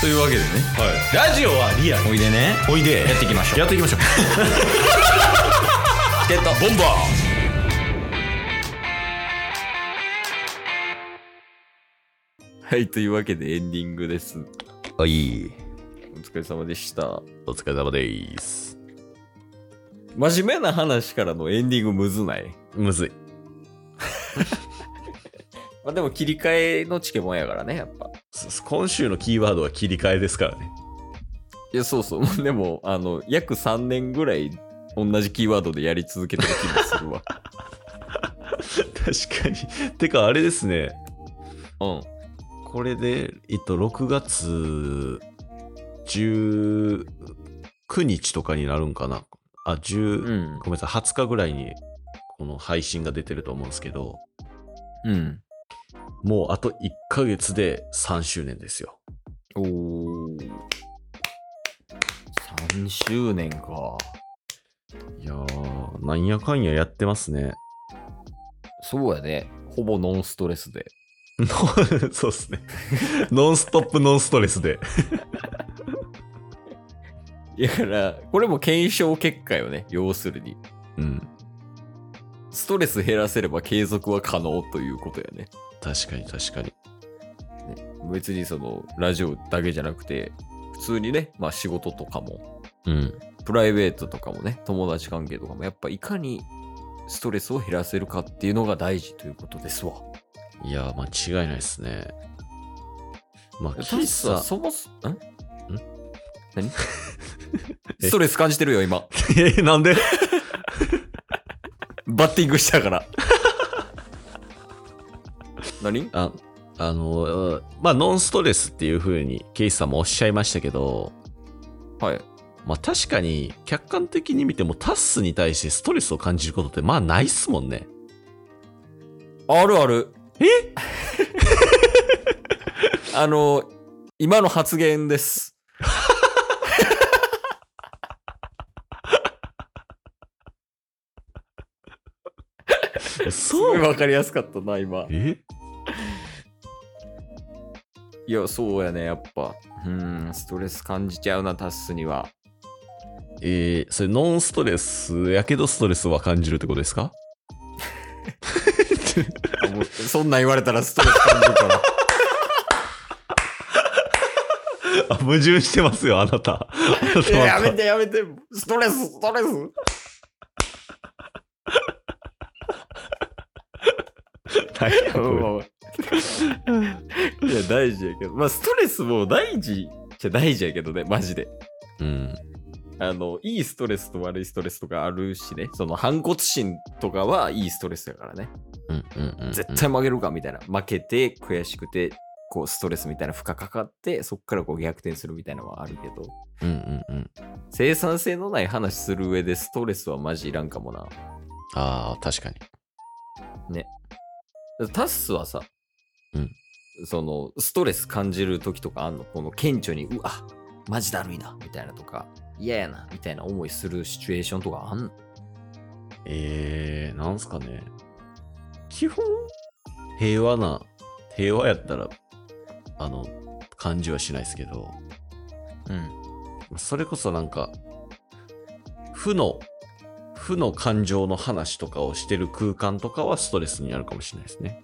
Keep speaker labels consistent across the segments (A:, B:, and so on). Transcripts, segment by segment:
A: というわけでね
B: ラジオはリアル
A: おいでね
B: おいで
A: やっていきましょう
B: やっていきましょう
A: チケットボンバーはいというわけでエンディングです
C: はい。
A: お疲れ様でした
C: お疲れ様でーす。
A: 真面目な話からのエンディングむずない
C: むずい。
A: まあでも切り替えのチケボンやからねやっぱ
C: す今週のキーワードは切り替えですからね。
A: いやそうそう でもあの約3年ぐらい同じキーワードでやり続けてる気がするわ
C: 確かに。てか、あれですね。
A: うん
C: これで、えっと、6月19日とかになるんかな。あ、10、
A: うん
C: ごめんなさい、20日ぐらいに、この配信が出てると思うんですけど、
A: うん
C: もうあと1ヶ月で3周年ですよ。
A: おお3周年か
C: いやー、なんやかんややってますね。
A: そうやねほぼノンストレスで
C: ノン そうっすね。ノンストップノンストレスで。
A: いやだから、これも検証結果よね。要するに。
C: うん。
A: ストレス減らせれば継続は可能ということやね。
C: 確かに確かに。
A: 別にその、ラジオだけじゃなくて、普通にね、まあ仕事とかも、
C: うん。
A: プライベートとかもね、友達関係とかも、やっぱいかにストレスを減らせるかっていうのが大事ということですわ。
C: いやー、間違いないっすね。まあ、
A: たださ、そもそ、んん何
C: え
A: ストレス感じてるよ、今。
C: え、なんで
A: バッティングしたから。 何
C: あ、あのー、まあ、ノンストレスっていう風に、ケイスさんもおっしゃいましたけど、
A: はい。
C: まあ、確かに、客観的に見てもタッスに対してストレスを感じることって、まあ、ないっすもんね。
A: あるある。え あの、今の発言です。すご
C: そ
A: いわかりやすかったな、今。
C: え
A: いや、そうやね、やっぱ。うん、ストレス感じちゃうな、タスに は。
C: えー、それノンストレスやけどストレスは感じるってことですか
A: あもうそんなん言われたらストレス感じる から。
C: あ、矛盾してますよ、あなた。あなた
A: えやめてやめて、ストレス、ストレス。
C: はい
A: いや、大事やけど。まあ、ストレスも大事じゃ大事やけどね、マジで。
C: うん。
A: あの、いいストレスと悪いストレスとかあるしね、その反骨心とかはいいストレスやからね。
C: うんうんうん。
A: 絶対負けるかみたいな。負けて悔しくて、こうストレスみたいな負荷かかって、そっからこう逆転するみたいなのはあるけど、
C: うんうんうん。
A: 生産性のない話する上でストレスはマジいらんかもな。
C: ああ、確かに。
A: タスはさ、
C: うん
A: そのストレス感じる時とかあんのこの顕著に、うわ、マジだるいな、みたいなとか、嫌やな、みたいな思いするシチュエーションとかあんの
C: えー、なんすかね。基本、平和な、平和やったら、あの、感じはしないですけど、
A: うん。
C: それこそなんか、負の、負の感情の話とかをしてる空間とかはストレスになるかもしれないですね。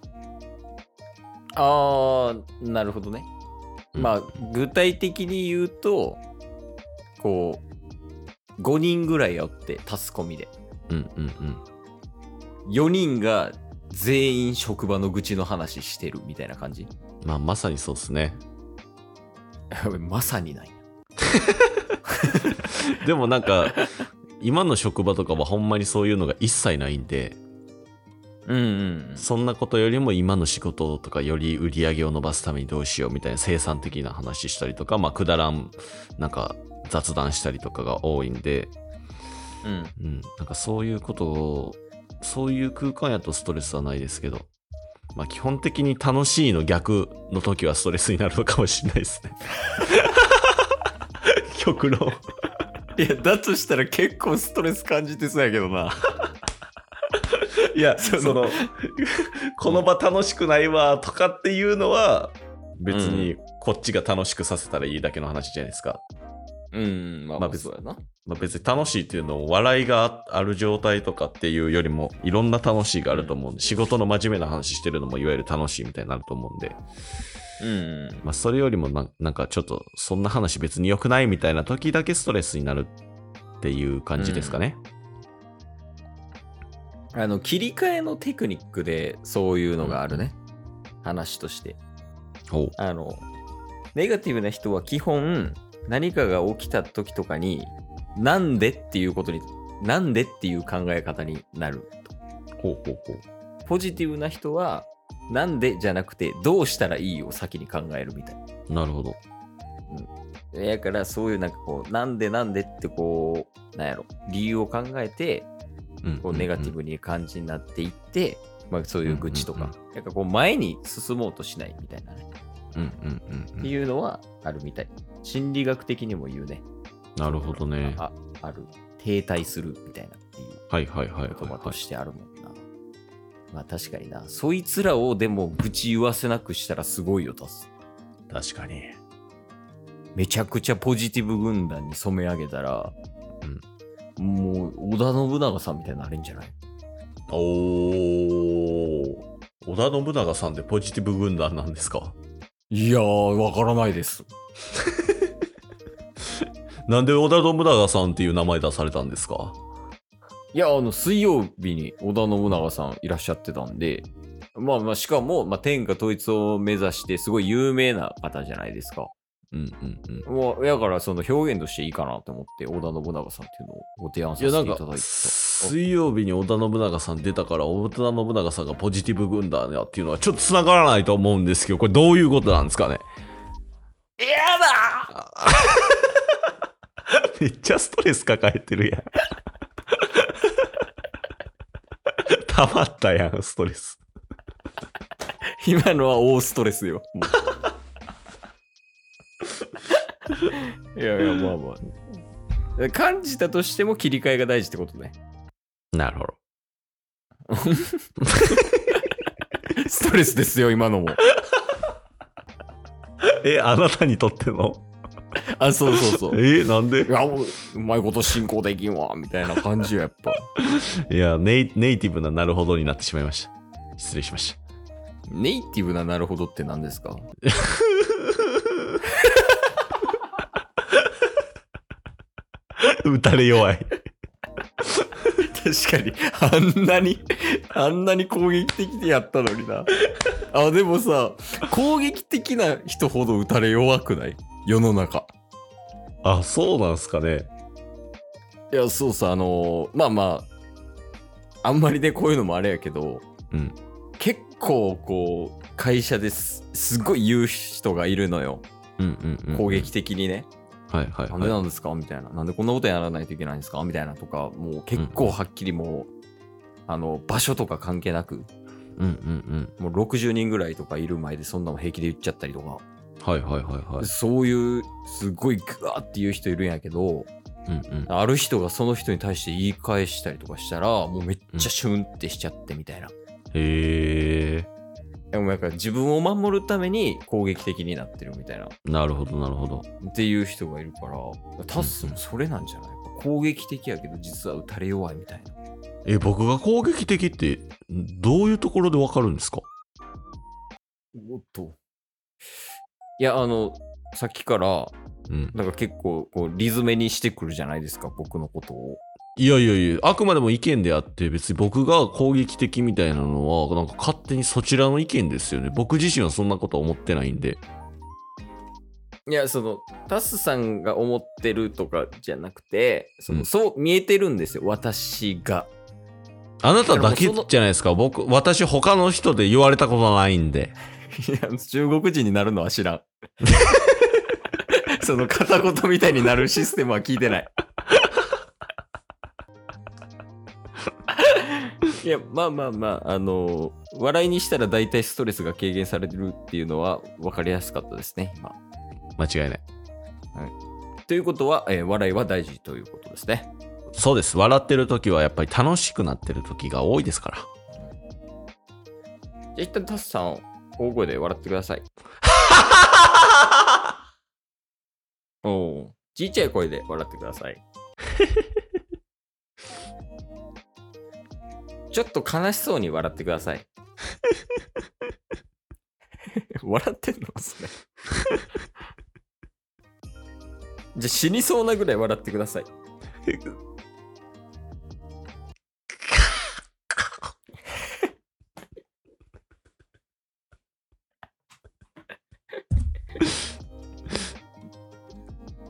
A: ああなるほどね、
C: うん
A: まあ具体的に言うとこう5人ぐらいおってタスコミで
C: うんうんうん。
A: 4人が全員職場の愚痴の話してるみたいな感じ
C: まあ、まさにそうですね。
A: まさにない
C: でもなんか、今の職場とかはほんまにそういうのが一切ないんで、
A: うんうん
C: そんなことよりも今の仕事とかより売り上げを伸ばすためにどうしようみたいな生産的な話したりとか、まあくだらん、なんか雑談したりとかが多いんで、
A: うん
C: うん、なんかそういうことを、そういう空間やとストレスはないですけど、まあ基本的に楽しいの逆の時はストレスになるのかもしれないですね。 極論。
A: いやだとしたら結構ストレス感じてそうやけど な
C: いや、その、この場楽しくないわとかっていうのは、別にこっちが楽しくさせたらいいだけの話じゃないですか。
A: うん、まあ、
C: まあ別
A: そうやな。
C: まあ、別に楽しいっていうのも笑いがあある状態とかっていうよりもいろんな楽しいがあると思うんで仕事の真面目な話してるのもいわゆる楽しいみたいになると思うんで、
A: うん。
C: まあ、それよりもななんかちょっとそんな話別に良くないみたいな時だけストレスになるっていう感じですかね。
A: あの、切り替えのテクニックでそういうのがあるね。話として。
C: ほう
A: あの、ネガティブな人は基本、何かが起きた時とかに、なんでっていうことに、なんでっていう考え方になる。
C: ほうほうほう。
A: ポジティブな人は、なんでじゃなくて、どうしたらいいを先に考えるみたい。
C: なるほど。
A: やから、そういうなんかこう、なんでなんでってこう、なんやろ、理由を考えて、
C: うん
A: こうネガティ
C: ブ。
A: ブに感じになっていって、まあ、そういう愚痴と
C: うん
A: か
C: う、
A: なんかこう前に進もうとしないみたいなね、
C: うんうんうん
A: っ
C: う
A: て
C: ん。
A: いうのはあるみたい。心理学的にも言うね。
C: なるほどね。
A: あある。停滞するみたいなっていう
C: はいはいはいはい、
A: 言葉と
C: はい。
A: してあるもんな。まあ確かにな。そいつらをでも愚痴言わせなくしたらすごいよ、出す。
C: 確かに。
A: めちゃくちゃポジティブ軍団に染め上げたら、もう織田信長さんみたいになれんじゃない
C: おお。織田信長さんでポジティブ軍団なんですか
A: いやー、わからないです。
C: なんで織田信長さんっていう名前出されたんですか
A: いや、あの、水曜日に織田信長さんいらっしゃってたんで、まあまあ、しかも、まあ、天下統一を目指して、すごい有名な方じゃないですか。
C: うんうんうん。
A: もう、だから、その表現としていいかなと思って、織田信長さんっていうのをご提案
C: い
A: さ
C: や
A: せて
C: ないん
A: ただい
C: か
A: てた。
C: 水曜日に織田信長さん出たから織田信長さんがポジティブ軍団やっていうのはちょっと繋がらないと思うんですけどこれどういうことなんですかね
A: やだ
C: めっちゃストレス抱えてるやん。 溜まったやん、ストレス。
A: 今のは大ストレ スよ。もういやいや、まあまあ。感じたとしても切り替えが大事ってことね。
C: なるほど。
A: ストレスですよ、今のも。
C: え、あなたにとっての
A: あ、そうそうそう。
C: え、なんで
A: いや、もう、うまいこと進行できんわ、みたいな感じよ、やっぱ。
C: いやネイ、ネイティブななるほどになってしまいました。失礼しました。
A: ネイティブななるほどって何ですか
C: 打た れ弱い。
A: 確かに、あんなに、あんなに攻撃的でやったのにな。あ、でもさ、攻撃的な人ほど打たれ弱くない世の中。
C: あ、そうなんすかね。
A: いや、そうさ、あのーまあまあ、あんまりね、こういうのもあれやけど、
C: うん。
A: 結構、こう、会社です、すごい言う人がいるのよ。
C: うんうんうん、
A: 攻撃。的にね。
C: はいはい、
A: なんで
C: は
A: なんですかみたいな。なんでこんなことやらないといけないんですかみたいなとか、もう結構はっきりもう、あの、場所とか関係なく、
C: い。うんうん
A: もう60人ぐらいとかいる前でそんなの平気で言っちゃったりとか、
C: うん。はいはいはいはい。
A: そういう、すごいグワーっていう人いるんやけど、
C: うんうん。
A: ある人がその人に対して言い返したりとかしたら、もうめっちゃシュンってしちゃってみたいな。
C: へえ。
A: でもなんか自分を守るために攻撃的になってるみたいな。
C: なるほどなるほど。
A: っていう人がいるから、タッスもそれなんじゃない攻撃的やけど実は打たれ弱いみたいな。
C: え、僕が攻撃的って、どういうところでわかるんですか
A: おっと。いや、あの、さっきから、
C: うん。
A: なんか結構、こう、リズメにしてくるじゃないですか、僕のことを。
C: いやいやいや、あくまでも意見であって、別に僕が攻撃的みたいなのは、なんか勝手にそちらの意見ですよね。僕自身はそんなことは思ってないんで。
A: いや、その、タスさんが思ってるとかじゃなくて、その
C: うん
A: そう見えてるんですよ、私が。
C: あなただけじゃないですか。僕、私、他の人で言われたことないんで。
A: いや、中国人になるのは知らん。 その片言みたいになるシステムは聞いてない。 いや、まあまあまあ、あの笑いにしたら大体ストレスが軽減されてるっていうのは分かりやすかったですね、今。
C: 間違いない。
A: ということは、えー笑いは大事ということですね。
C: そうです。笑ってる時はやっぱり楽しくなってる時が多いですか ら。
A: じゃあ一旦タスさん、大声で笑ってください。おお。ちっちゃい声で笑ってくださ い。ちょっと悲しそうに笑ってください。 笑ってんのそれ。 じゃあ死にそうなぐらい笑ってください。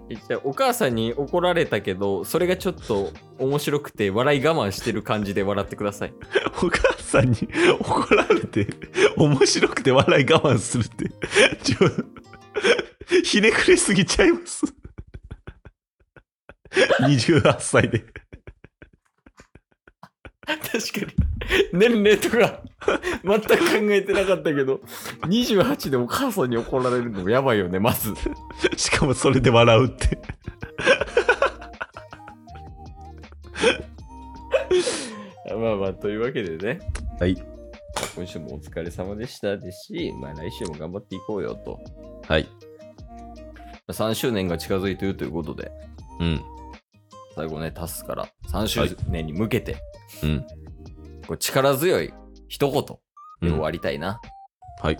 A: えじゃあお母さんに怒られたけど、それがちょっと面白くて笑い我慢してる感じで笑ってください。
C: お母さんに 怒られて、面白くて笑い我慢するって、 ちょ、ひねくれすぎちゃいます。28歳で。
A: 確かに。年齢とか全く考えてなかったけど、28でお母さんに怒られるのもやばいよね、まず。
C: しかもそれで笑うって。
A: まあまあ、というわけでね、
C: はい。
A: 今週もお疲れ様でしたですし、まあ来週も頑張っていこうよと。
C: はい。
A: 3周年が近づいているということで、
C: うん。
A: 最後ね、タスから3周年に向けて、
C: うん。
A: こう力強い一言で終わりたいな。
C: はい。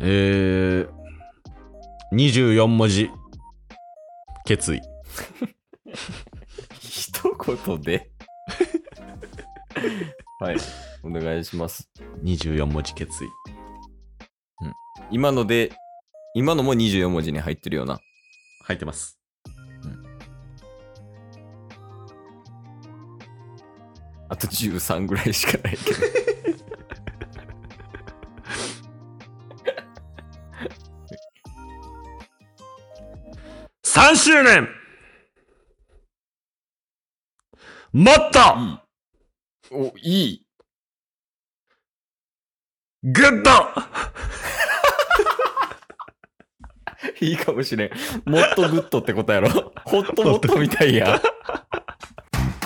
C: えー、24文字。決意。
A: 一言で はい、お願いします。
C: 24文字決意。
A: 今ので、今のも24文字に入ってるような。
C: 入ってます。
A: あと13ぐらいしかないけど。
C: 3周年もっと
A: お、いい。
C: グッド
A: いいかもしれん。もっとグッドってことやろ。ホットモットみたいや。